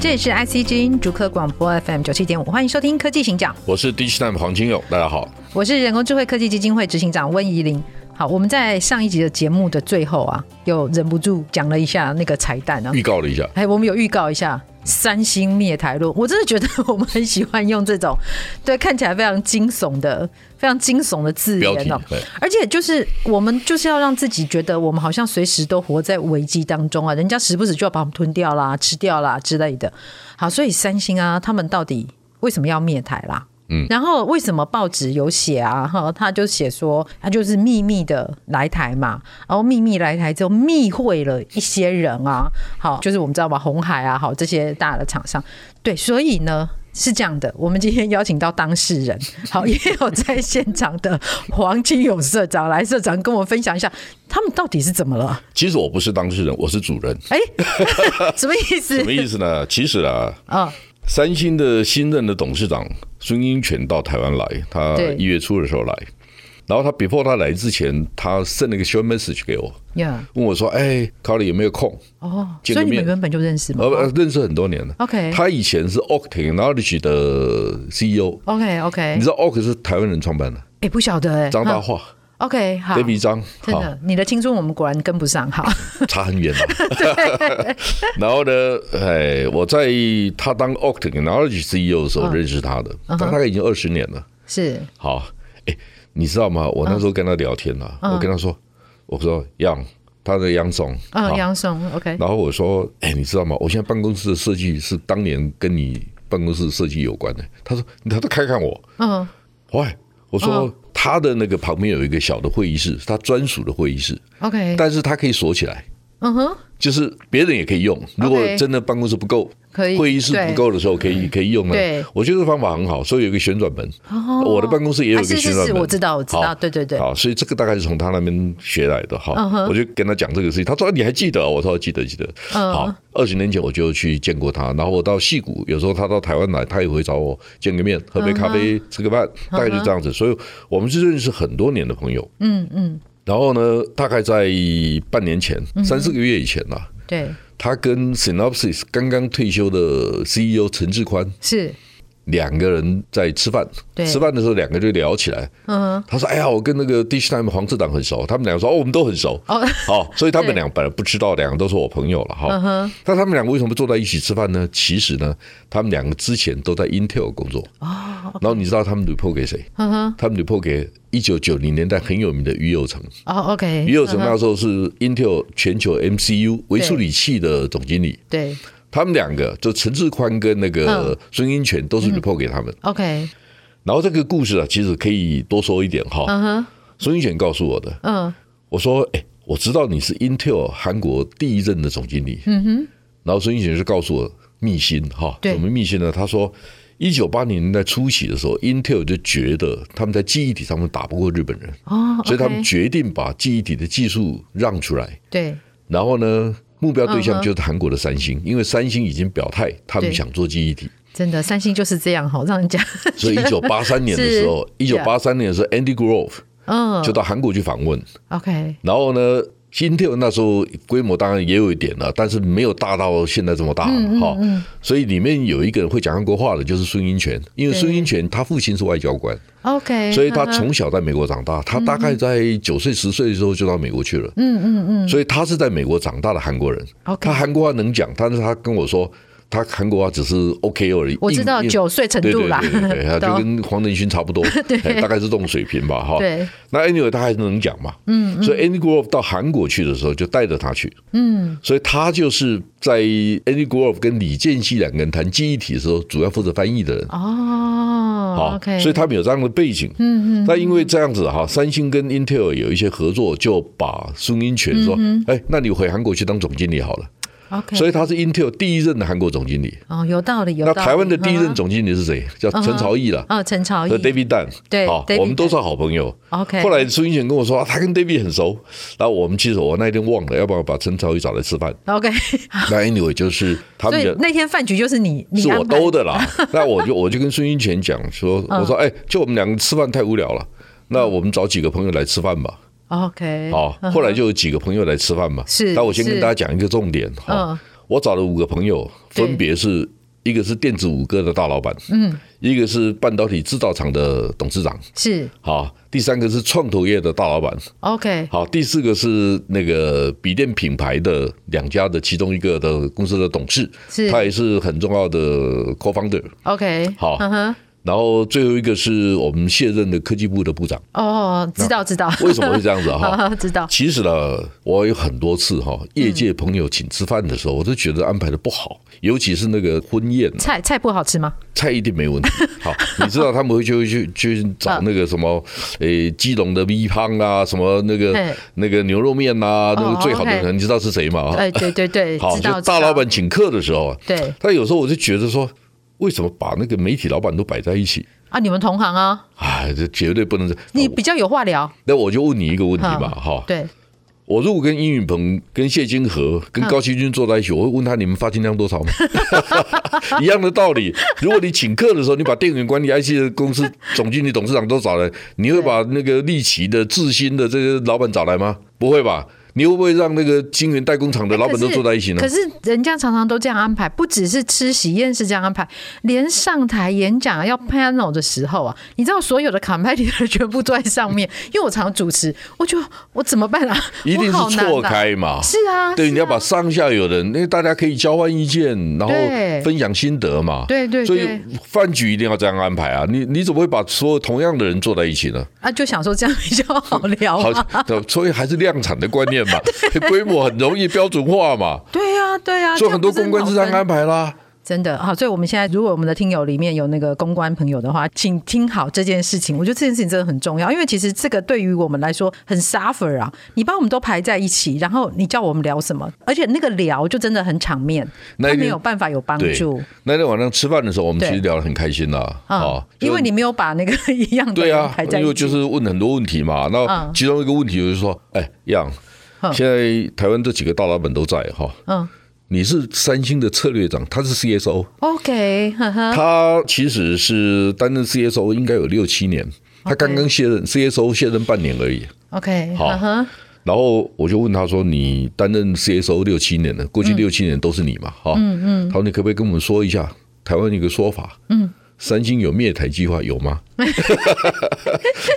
这里是 IC 之音主客广播 FM 九七点五，欢迎收听科技行讲，我是 D 七 Time 黄金勇，大家好。我是人工智慧科技基金会执行长温怡玲。好，我们在上一集的节目的最后啊，有忍不住讲了一下那个彩蛋啊，预告了一下，哎，我们有预告一下三星灭台论，我真的觉得 我们很喜欢用这种对看起来非常惊悚的、非常惊悚的字标眼题哎哦。对，而且就是我们就是要让自己觉得我们好像随时都活在危机当中啊，人家时不时就要把我们吞掉啦、吃掉啦之类的。好，所以三星啊，他们到底为什么要灭台啦？嗯然后为什么报纸有写啊？哈，他就写说他就是秘密的来台嘛，然后秘密来台之后密会了一些人啊，好，就是我们知道吧，红海啊，好这些大的厂商，对，所以呢是这样的，我们今天邀请到当事人，好， 也有在现场的黄金勇社长来，社长跟我分享一下他们到底是怎么了？其实我不是当事人，我是主人，哎， 什么意思什？么意思呢？其实啊，啊，三星的新任的董事长孙英权到台湾来，他对一月初的时候来，然后他 before 他来之前，他 send 了一个 short message 给我，呀，问我说：“哎，卡里有没有空哦，见所个以你们面原本就认识？”吗呃，呃认识很多年了。嗯？OK 他以前是 Oak Technology 的 CEO， OK OK，你知道 Oak 是台湾人创办的，哎，不晓得哎，张大哈化 OK 好。 ，David 张，啊真好的，你的青春我们果然跟不上 哈。差很远了。 然后呢，哎，我在他当 Oct Technology CEO E 的时候认识他的，他大概已经二十年了。是好，哎，你知道吗？我那时候跟他聊天啊，我跟他说，我说杨，他的杨总，嗯，好杨松 OK 然后我说，哎，你知道吗？我现在办公室的设计是当年跟你办公室设计有关的。他说，他都看看我，嗯喂，我说他的那个旁边有一个小的会议室，是他专属的会议室， OK 但是他可以锁起来。嗯哼就是别人也可以用。如果真的办公室不够，可以会议室不够的时候，可以可以用呢啊对。我觉得这个方法很好，所以有一个旋转门。我的办公室也有啊一个是是旋转是，门，我知道我知道，好对对对，好，所以这个大概是从他那边学来的哈。嗯哼我就跟他讲这个事情，他说啊你还记得啊？我说记得记得。嗯好，二十年前我就去见过他，然后我到戏谷，有时候他到台湾来，他也会找我见个面，喝杯咖嗯啡，吃个饭，大概就这样子。所以我们是认识很多年的朋友。嗯嗯。然后呢，大概在半年前，嗯三四个月以前啦、对他跟 Synopsys 刚刚退休的 CEO 陈志宽是两个人在吃饭，对吃饭的时候两个就聊起来。嗯他说：“哎呀，我跟那个 Dish Time 黄志党很熟。”他们两个说：“哦，我们都很熟。” 哦好，所以他们对俩本来不知道，两个都是我朋友了嗯哈。哼那他们俩为什么坐在一起吃饭呢？其实呢，他们两个之前都在 Intel 工作。哦然后你知道他们 report 给谁？嗯哼他们 report 给一九九零年代很有名的于有成。哦 OK 于有成嗯哼那时候是 Intel 全球 MCU 微处对理器的总经理。对嗯他们两个就陈志宽跟那个孙英权都是 report 给他们。 OK 然后这个故事啊，其实可以多说一点哈。嗯哼孙英权告诉我的，嗯我说：“哎，我知道你是 Intel 韩国第一任的总经理。”嗯哼。然后孙英权就告诉我密辛哈，对我们密辛呢，他说。一九八零年代初期的时候，Intel 就觉得他们在记忆体上面打不过日本人，哦，所以他们 OK，决定把记忆体的技术让出来。对然后呢，目标对嗯象哼就是韩国的三星，因为三星已经表态，他们对想做记忆体。真的三星就是这样哈，让人家 所以一九八三年的时候，一 是九八三年的时候，Andy Grove 嗯就到韩国去访问， OK 然后呢。Intel 那时候规模当然也有一点了，但是没有大到现在这么大嗯了哈、所以里面有一个人会讲韩国话的，就是孙英权，因为对孙英权他父亲是外交官， OK，所以他嗯哼从小在美国长嗯大，他大概在九岁十岁的时候就到美国去了。嗯嗯嗯。所以他是在美国长大的韩国人， OK 他韩国话能讲，但是他跟我说他韩国话只是 OK 而已。我知道硬硬九岁程对度对啦对 对对，，他就懂跟黄仁勋差 不多，哎 大概是这种水平吧，哈。对那 anyway 他还是能讲嘛，嗯，所以 Andy Grove 到韩国去的时候就带着他去，嗯，所以他就是在 Andy Grove 跟李健熙两个人谈记忆体的时候，主要负责翻译的人。哦好 OK，所以他们有这样的背景。嗯嗯。那因为这样子哈，三星跟 Intel 有一些合作，就把孙英权说：“哎，那你回韩国去当总经理好了。”嗯 OK 所以他是 Intel 第一任的韩国总经理。哦，有道理，有那道理。台湾的第一任嗯总经理是谁？叫嗯哼陈朝义了。哦，陈朝和义 David Dan，对好 David，我们都是好朋友。 OK 后来苏英贤跟我说、啊他跟 David 很熟，然后我们其实我那一天忘了，要不然我把陈朝义找 来吃饭。 OK，那 anyway 就是他所们以的。那天饭局就是你，你是我安排兜的啦，那我就我就跟孙英权讲 说，我说嗯哎、就我们两个吃饭太无聊了，那我们找几个朋友来吃饭吧。 OK，好、嗯后来就有几个朋友来吃饭嘛。是那我先跟是大家讲一个重点哈、嗯我找了五个朋友，对分别是一个是电子五哥的大老板，嗯，一个是半导体制造厂的董事长，是好，第三个是创投业的大老板， OK，好，第四个是那个笔电品牌的两家的其中一个的公司的董事，是他也是很重要的 co-founder。 OK，好嗯哼，然后最后一个是我们卸任的科技部的部 长。哦，知道知道，为什么会这样子啊 哈？知道其实呢，我有很多次哈，业界朋友请吃饭的时候，我都觉得安排的不好，尤其是那个婚宴啊，菜菜不好吃吗？菜一定 没问题。好，你知道他们会就会去去找那个什么，诶，基隆的咪胖啊，什么那嗯嘿个那个牛肉面啊，那哦个最好的 OK 人，你知道是谁吗？哎，对对对，好，知道就知道大老板请客的时候啊，对他有时候我就觉得说，为什么把那个媒体老板都摆在一起？啊，你们同行啊，哎，这绝对不能这。你比较有话聊，那我就问你一个问题嘛，嗯哈，对，我如果跟殷允鹏、跟谢金河、跟高希军坐在一起，我会问他你们发行量多少吗？ 一样的道理，如果你请客的时候，你把电源管理 IC 的公司总经理、董事长都找来，你会把那个利奇的、智新的这些老板找来吗？不会吧？你会不会让那个晶圆代工厂的老板都坐在一起呢可？是人家常常都这样安排，不只是吃喜宴是这样安排，连上台演讲要 panel 的时候啊，你知道所有的 company 的人全部坐在上面，因为我常主持，我就我怎么办啊？一定我好是难啊错。开嘛。是啊，对，是啊你要把上下游的人，那大家可以交换意见，然后对分享心得嘛。对对对所以饭局一定要这样安排啊！你你怎么会把所有同样的人坐在一起呢？啊，就想说这样比较好聊好啊。， 所以还是量产的观念嘛，规模很容易标准 化嘛，对呀、啊，对呀、啊，所以很多公关是这样啊，安排啦。真的好。所以我们现在，如果我们的听友里面有那个公关朋友的话，请听好这件事情。我觉得这件事情真的很重要，因为其实这个对于我们来说很 suffer 啊。你把我们都排在一起，然后你叫我们聊什么，而且那个聊就真的很场面，那他一定没有办法有帮哎对助，那天晚上吃饭的时候，我们对其实聊得很开心啦。啊、啊，因为你没有把那个一样的对人啊排，在因一为起， 就是问很多问题嘛。那嗯其中一个问题就是说，哎，样嗯，现在台湾这几个大老板都在哈。嗯你是三星的策略长，他是 CSO， ，OK，呵呵，他其实是担任 CSO 应该有六七年，他 OK 刚刚卸任 CSO 卸任半年而已。 ，OK，好呵呵，然后我就问他说：“你担任 CSO 六七年了，过嗯去六七年都是你嘛？哈、嗯嗯。他说：“你可不可以跟我们说一下台湾有一个说法？嗯，三星有灭台计划有 吗？”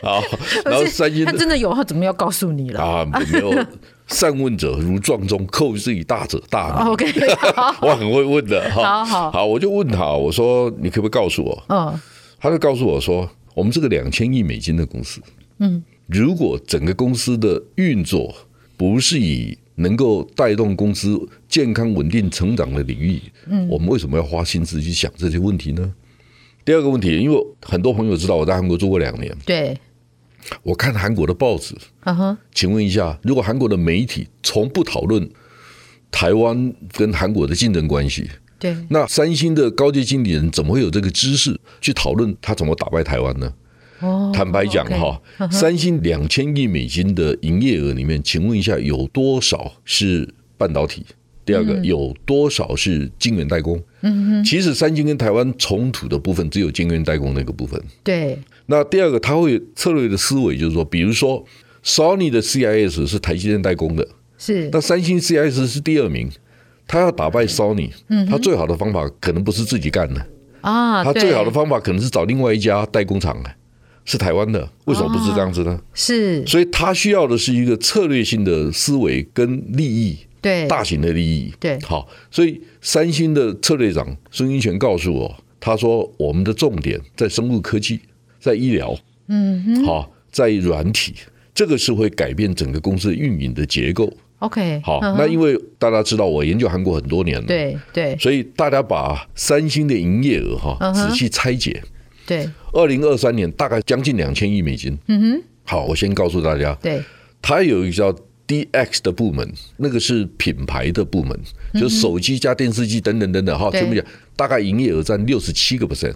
好，然后不是三星他真的有，他怎么要告诉你了、啊没有，善问者如撞钟，扣自己大者大名。 o k 好，我很会问的哈。哦好好好，我就问他，我说：“你可不可以告诉我？”嗯，他就告诉我说，我们这个两千亿美金的公司，嗯，如果整个公司的运作不是以能够带动公司健康稳定成长的领域，嗯，我们为什么要花心思去想这些问题呢？第二个问题，因为很多朋友知道我在韩国住过两年，对，我看韩国的报纸，嗯哼。请问一下，如果韩国的媒体从不讨论台湾跟韩国的竞争关系，对，那三星的高级经理人怎么会有这个知识去讨论他怎么打败台湾呢？哦坦白讲 OK 哈，三星两千亿美金的营业额里面，请问一下有多少是半导体？第二个嗯有多少是晶圆代工？嗯其实三星跟台湾冲突的部分只有晶圆代工那个部分。对，那第二个，他会有策略的思维，就是说，比如说，Sony 的 CIS 是台积电代工的，是那三星 CIS 是第二名，他要打败 Sony，他嗯最好的方法可能不是自己干的，啊，他最好的对方法可能是找另外一家代工厂，是台湾的，为什么不是这样子呢？啊是，所以他需要的是一个策略性的思维跟利益，对，大型的利益。对好，所以三星的策略长孙英权告诉我，他说我们的重点在生物科技，在医疗，嗯，好，在软体，这个是会改变整个公司运营的结构。 OK，好，嗯哼那因为大家知道我研究韩国很多年了，，对对所以大家把三星的营业额哈嗯哼仔细拆解，对二零二 네.三年大概将近两千亿美金。嗯哼，好，我先告诉大家，对它有一个叫 DX 的部门，那个是品牌的部门，就是手机加电视机等等等等哈，嗯对全部讲大概营业额占六十七个 percent，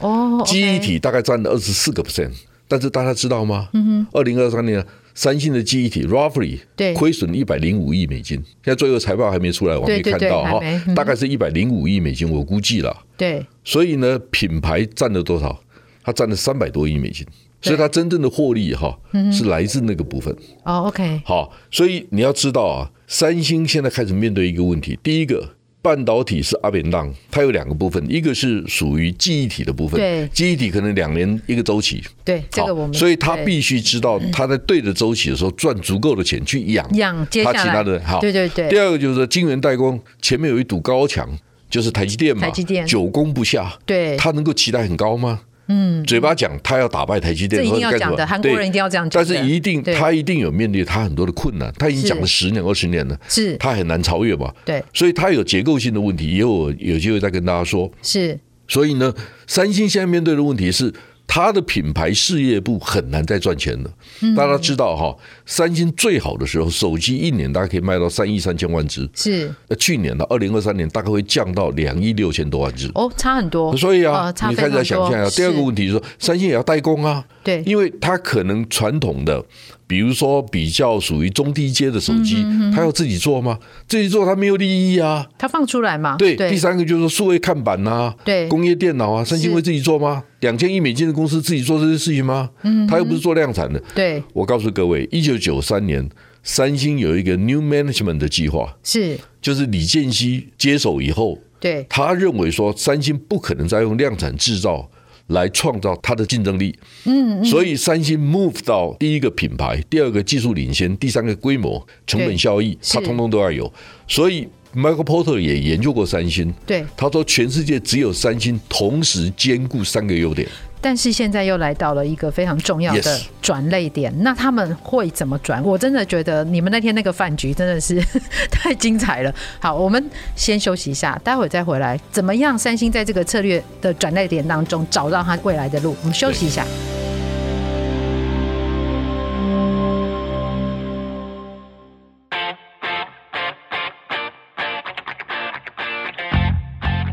哦，记忆 OK 体大概占了二十四个 percent，但是大家知道吗？嗯二零二三年三星的记忆体 Roughly 对亏损一百零五亿美金，现在最后财报还没出来，我还对没对看对到哈还没嗯，大概是一百零五亿美金，我估计了。对所以呢，品牌占了多少？它占了三百多亿美金，所以它真正的获利哈嗯是来自那个部分。哦，OK，好，所以你要知道啊，三星现在开始面对一个问题，第一个。半导体是阿扁浪，它有两个部分，一个是属于记忆体的部分对，记忆体可能两年一个周期，对，这个好我们所以他对必须知道他在对的周期的时候赚足够的钱去养养接他下其他来的好。对对对第二个就是说晶圆代工前面有一堵高墙，就是台积电嘛，台积电久攻不下，对他能够期待很高吗？嗯，嘴巴讲他要打败台积电，这一定要或者干什讲么的，韩国对人一定要这样讲但的，是一定对他一定有面对他很多的困难，他已经是讲了十年二十年了，是他很难超越嘛。对所以他有结构性的问题，也有有机会再跟大家说。是所以呢，三星现在面对的问题是，它的品牌事业部很难再赚钱了。嗯大家知道哈，三星最好的时候，手机一年大概可以卖到三亿三千万只，是呃，去年的二零二三年大概会降到两亿六千多万只。哦，差很多，所以啊呃，差你非开始常要想多象啊，第二个是问题是说，三星也要代工啊，对因为它可能传统的，比如说比较属于中低阶的手机，嗯它要自己做吗？自己做它没有利益啊，他放出来嘛，对，对，第三个就是说数位看板呐、对工业电脑啊，三星是会自己做吗？两千亿美金的公司自己做这些事情吗？嗯，他又不是做量产的。对我告诉各位，一九九三年，三星有一个 New Management 的计划，是，就是李健熙接手以后，对他认为说三星不可能再用量产制造来创造它的竞争力。嗯，所以三星 move 到第一个品牌，第二个技术领先，第三个规模、成本效益，是它通通都要有。所以 Michael Porter 也研究过三星。对，他说，全世界只有三星同时兼顾三个优点。但是现在又来到了一个非常重要的 Yes 转类点那他们会怎么转？我真的觉得你们那天那个饭局真的是 太精彩了。好，我们先休息一下，待会儿再回来。怎么样？三星在这个策略的转类点当中找到它未来的路？我们休息一下。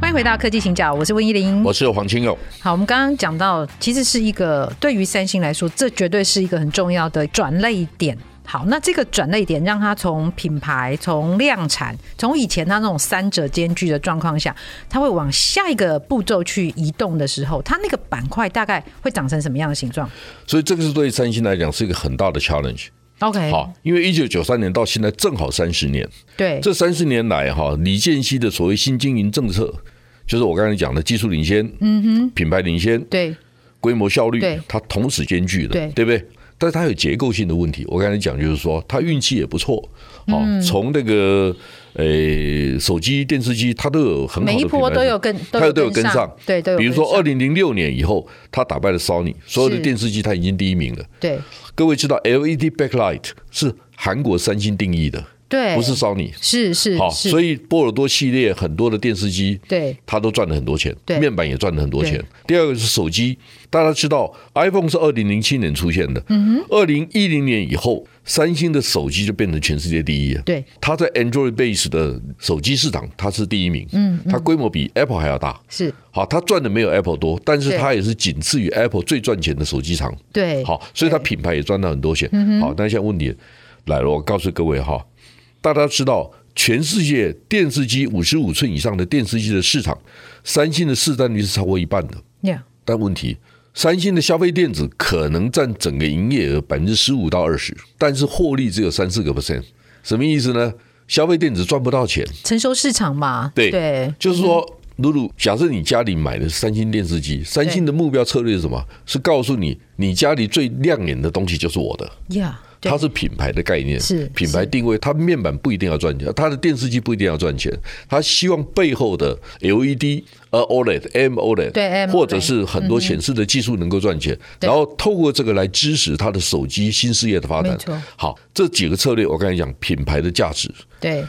欢迎回到科技行脚，我是温依玲，我是黄清勇，好，我们刚刚讲到，其实是一个对于三星来说，这绝对是一个很重要的转类点。好，那这个转类点让它从品牌、从量产、从以前它那种三者兼具的状况下，它会往下一个步骤去移动的时候，它那个板块大概会长成什么样的形状所以这个是对三星来讲是一个很大的 challenge。 ？OK，好，因为一九九三年到现在正好三十年，对，这三十年来哈，李健熙的所谓新经营政策，就是我刚才讲的技术领先，嗯哼，品牌领先，对，规模效率对，它同时兼具的，对不对？但是它有结构性的问题。我刚才讲就是说，它运气也不错，哦，嗯从那个呃手机、电视机，它都有很好的每一波品牌都有跟，它都有跟上上，，对，都有比跟上。如说二零零六年以后，它打败了 Sony，所有的是电视机它已经第一名了。对各位知道 LED backlight 是韩国三星定义的，对，不是 Sony。是是好，是，所以以波尔多系列很多的电视机，对它都赚了很多钱对，面板也赚了很多钱对。第二个是手机，大家知道 iPhone 是二零零七年出现的，嗯二零一零年以后，三星的手机就变成全世界第一了。对它在 Android base 的手机市场，它是第一名，嗯，它规模比 Apple 还要大。是，好，它赚的没有 Apple 多，但是对它也是仅次于 Apple 最赚钱的手机厂。对，好，所以它品牌也赚到很多钱。好，但现在问题来了，我告诉各位哈，大家知道全世界电视机五十五寸以上的电视机的市场，三星的市占率是超过一半的， ，Yeah，但问题。三星的消费电子可能占整个营业额百分之十五到二十，但是获利只有三四个 percent，什么意思呢？消费电子赚不到钱，成熟市场嘛，对对就是说，露露，假设你家里买的是三星电视机，三星的目标策略是什么？是告诉你，你家里最亮眼的东西就是我的。 ，Yeah，对它是品牌的概念，是品牌定位。它面板不一定要赚钱，它的电视机不一定要赚钱，它希望背后的 LED、呃 OLED、MOLED，对 AMOLED 或者是很多显示的技术能够赚钱，嗯对然后透过这个来支持它的手机新事业的发没展错。好，这几个策略我刚才讲，品牌的价值、对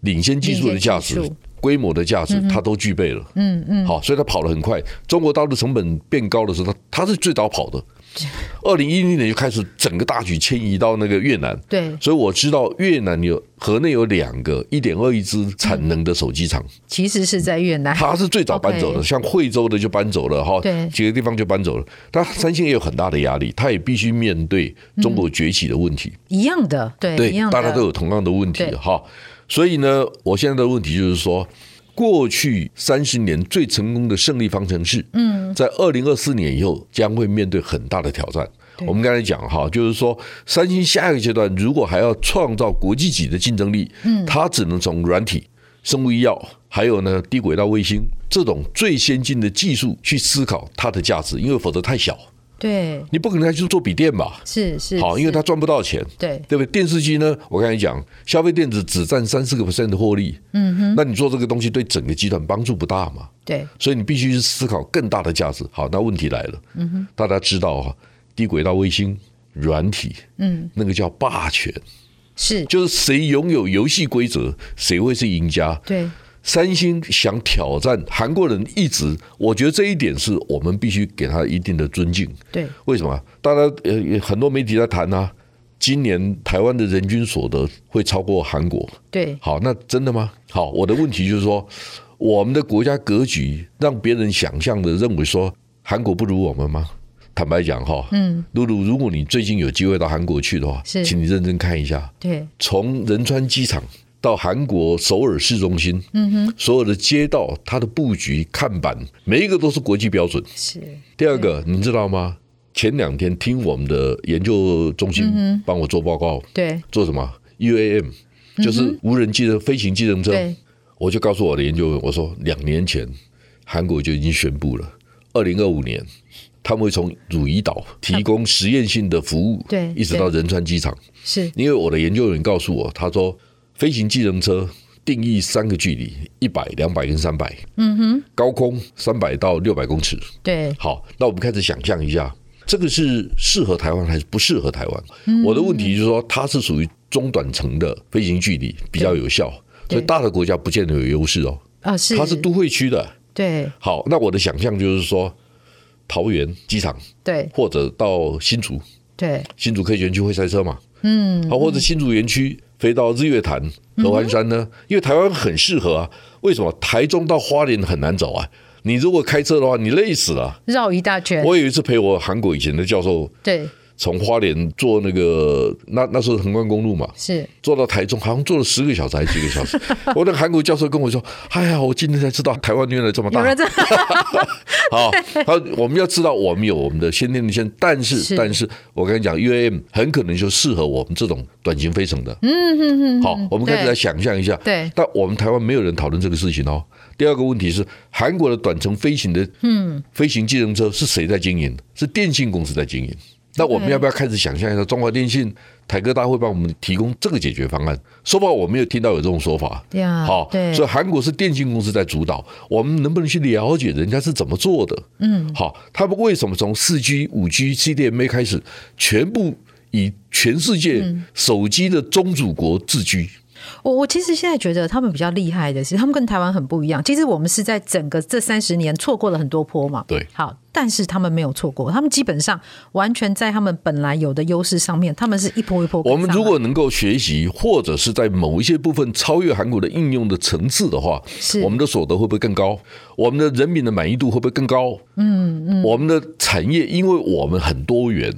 领先技术的价值领先技术、规模的价值，它都具嗯备了。嗯嗯，好，所以它跑得很快。中国大陆成本变高的时候，它它是最早跑的。二零一零年就开始整个大举迁移到那个越南，对，所以我知道越南有河内有两个一点二亿只产能的手机厂，其实是在越南，它是最早搬走嗯的，OK 像惠州的就搬走了哈对，几个地方就搬走了。但三星也有很大的压力，它也必须面对中国崛起的问题，一样的，对，对一样，的，大家都有同样的问题对哈。所以呢，我现在的问题就是说。过去三十年最成功的胜利方程式，嗯，在二零二四年以后将会面对很大的挑战。对我们刚才讲哈，就是说，三星下一个阶段如果还要创造国际级的竞争力，嗯，它只能从软体、生物医药，还有呢低轨道卫星这种最先进的技术去思考它的价值，因为否则太小，对，你不可能再去做笔电吧？是是，好，因是为它赚不到钱。对对不对？电视机呢，我刚才讲，消费电子只占三四个 percent 的获利，嗯哼，那你做这个东西对整个集团帮助不大嘛？对所以你必须去思考更大的价值。好，那问题来了，嗯哼，大家知道啊，低轨道卫星、软体，嗯，那个叫霸权，是，就是谁拥有游戏规则，谁会是赢家。对三星想挑战韩国人，一直我觉得这一点是我们必须给他一定的尊敬。对为什么？大家呃也很多媒体在谈啊，今年台湾的人均所得会超过韩国。对好，那真的吗？好，我的问题就是说，我们的国家格局让别人想象的认为说韩国不如我们吗？坦白讲哈，嗯，露露，如果你最近有机会到韩国去的话，是请你认真看一下，对从仁川机场到韩国首尔市中心，嗯哼，所有的街道它的布局看板，每一个都是国际标准。是，第二个，您知道吗？前两天听我们的研究中心帮我做报告，对做什么 UAM，就是无人机的飞行机动车。对我就告诉我的研究员，我说两年前韩国就已经宣布了，二零二五年他们会从汝矣岛提供实验性的服务，对一直到仁川机场。是，因为我的研究员告诉我，他说飞行机动车定义三个距离：一百、两百跟三百。嗯哼，高空三百到六百公尺。对好，那我们开始想象一下，这个是适合台湾还是不适合台湾？我的问题就是说，它是属于中短程的飞行距离比较有效，对所以大的国家不见得有优势哦，啊是，它是都会区的。对好，那我的想象就是说，桃园机场对或者到新竹，对新竹科学园区会塞车嘛？嗯，好，或者新竹园区飞到日月潭、合欢山呢？因为台湾很适合啊。为什么台中到花莲很难走啊？你如果开车的话，你累死了啊。绕一大圈，我有一次陪我韩国以前的教授对从花莲坐那个那那时候横贯公路嘛，是坐到台中，好像坐了十个小时还是几个小时。 我那个韩国教授跟我说：“哎呀，我今天才知道台湾原来这么大有。人在 好，他我们要知道我们有我们的先天的先，但是是但是我跟你讲，UAM 很可能就适合我们这种短型飞程的。嗯嗯嗯。好，我们开始对来想象一下。对但我们台湾没有人讨论这个事情哦。第二个问题是，韩国的短程飞行的，嗯，飞行计程车是谁在经营？是电信公司在经营。那我们 OK 要不要开始想象一下，中华电信、台哥大会帮我们提供这个解决方案？说不好，我没有听到有这种说法。呀，好，对所以韩国是电信公司在主导，我们能不能去了解人家是怎么做的？嗯，好，他们为什么从四 G、五 G、CDMA 开始，全部以全世界手机的宗主国自居？我我其实现在觉得他们比较厉害的是，他们跟台湾很不一样。其实我们是在整个这三十年错过了很多坡嘛，对好，但是他们没有错过，他们基本上完全在他们本来有的优势上面，他们是一波一波跟我上来。们如果能够学习，或者是在某一些部分超越韩国的应用的层次的话是，我们的所得会不会更高？我们的人民的满意度会不会更高？嗯嗯，我们的产业，因为我们很多元。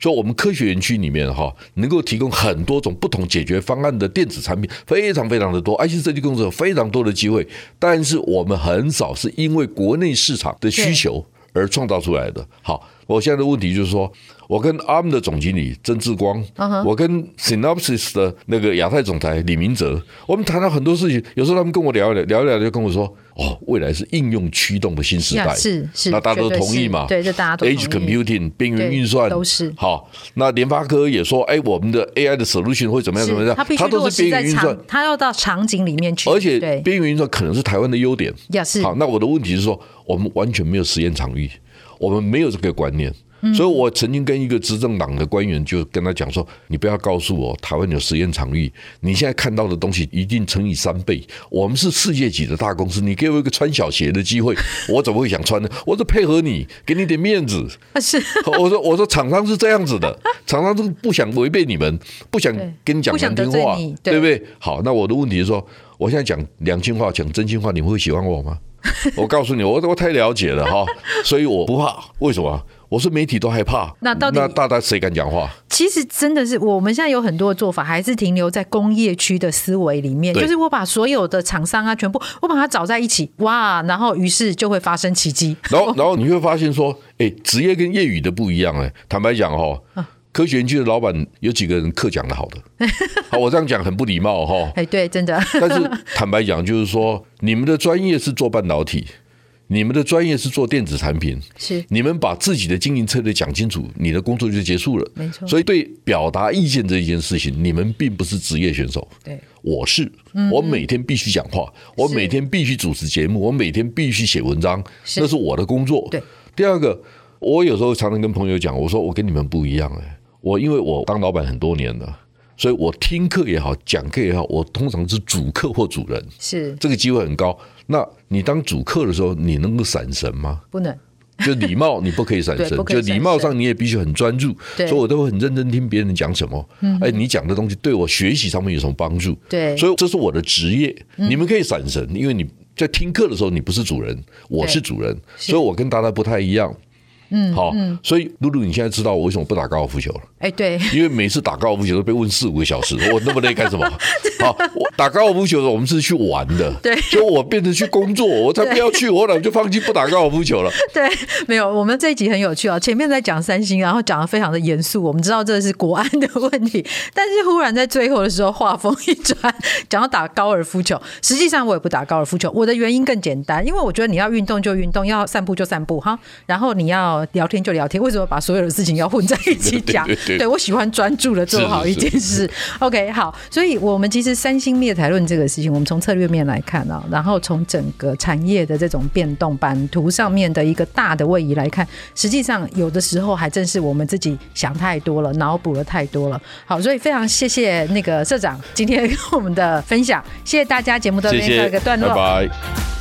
所以，我们科学园区里面哈，能够提供很多种不同解决方案的电子产品，非常非常的多。IC 设计公司有非常多的机会，但是我们很少是因为国内市场的需求而创造出来的。好，我现在的问题就是说，我跟 ARM 的总经理曾志光我跟 Synopsys 的那个亚太总裁李明哲，我们谈到很多事情，有时候他们跟我聊一聊，聊一聊就跟我说，哦，未来是应用驱动的新时代，呀是是那大家都绝对同意是嘛？对这大家都同意 Edge computing 边缘运算对都是好。那联发科也说，哎，我们的 AI 的 solution 会怎么样怎么是样？他必须都落是实边在缘运算场，，他要到场景里面去，而且对，边缘运算可能是台湾的优点。呀是好，那我的问题是说，我们完全没有实验场域，我们没有这个观念。所以我曾经跟一个执政党的官员就跟他讲说，你不要告诉我台湾有实验场域，你现在看到的东西一定乘以三倍。我们是世界级的大公司，你给我一个穿小鞋的机会，我怎么会想穿呢？我是配合你，给你点面子。是 我说我说厂商是这样子的，厂商是不想违背你们，不想对跟你讲不想难听得罪话你，对对不对？好，那我的问题是说，我现在讲良心话，讲真心话，你们会喜欢 我吗？我告诉你，我我太了解了哈，所以我不怕。为什么？我说媒体都害怕，那到底那大家谁敢讲话？其实真的是，我们现在有很多的做法，还是停留在工业区的思维里面，对就是我把所有的厂商啊，全部我把它找在一起，哇，然后于是就会发生奇迹。 然后，然后你会发现说，哎，职业跟业余的不一样哎。坦白讲哈、啊科学园区的老板有几个人课讲的好 的？好，我这样讲很不礼貌哈、哎，对，真的， 但是坦白讲，就是说你们的专业是做半导体，你们的专业是做电子产品， 是你们把自己的经营策略讲清楚，你的工作就结束了。没错所以对表达意见这一件事情，你们并不是职业选手。对，我是，我每天必须讲话，嗯我每天必须主持节目，我每天必须写文章，是那是我的工作。对，第二个，我有时候常常跟朋友讲，我说我跟你们不一样哎、我因为我当老板很多年了，所以我听课也好，讲课也好，我通常是主客或主人，是这个机会很高。那你当主客的时候，你能够闪神吗？不能， 就礼貌你不可以闪对神不，可以就闪礼貌上你也必须很专注，对所以我都会很认真听别人讲什么。哎，你讲的东西对我学习上面有什么帮助？对嗯所以这是我的职业。你们可以闪神，因为你在听课的时候你不是主人，我是主人，所以我跟大家不太一样。嗯，好，所以露露，你现在知道我为什么不打高尔 夫球了？哎，对，因为每次打高尔夫球都被问四五个小 时，我那么累干什么？好，我打高尔夫球的时候我们是去玩的，对就我变成去工作，我才不要去，我俩就放弃不打高尔夫球了。对，没有，我们这一集很有趣哦。前面在讲三星，啊然后讲的非常的严肃，我们知道这是国安的问题，但是忽然在最后的时候话锋一转，讲到打高尔夫球。实际上我也不打高尔夫球，我的原因更简单，因为我觉得你要运动就运动，要散步就散步哈， 然后你要聊天就聊天，为什么把所有的事情要混在一起讲？对对对我喜欢专注的做好一件事。OK，好， 所以我们其实三星灭台论这个事情，我们从策略面来看啊，然后从整个产业的这种变动版图上面的一个大的位移来看，实际上有的时候还正是我们自己想太多了，脑补了太多了。好，所以非常谢谢那个社长今天跟我们的分享，谢谢大家，节目到这谢边告谢，一个段落。拜拜。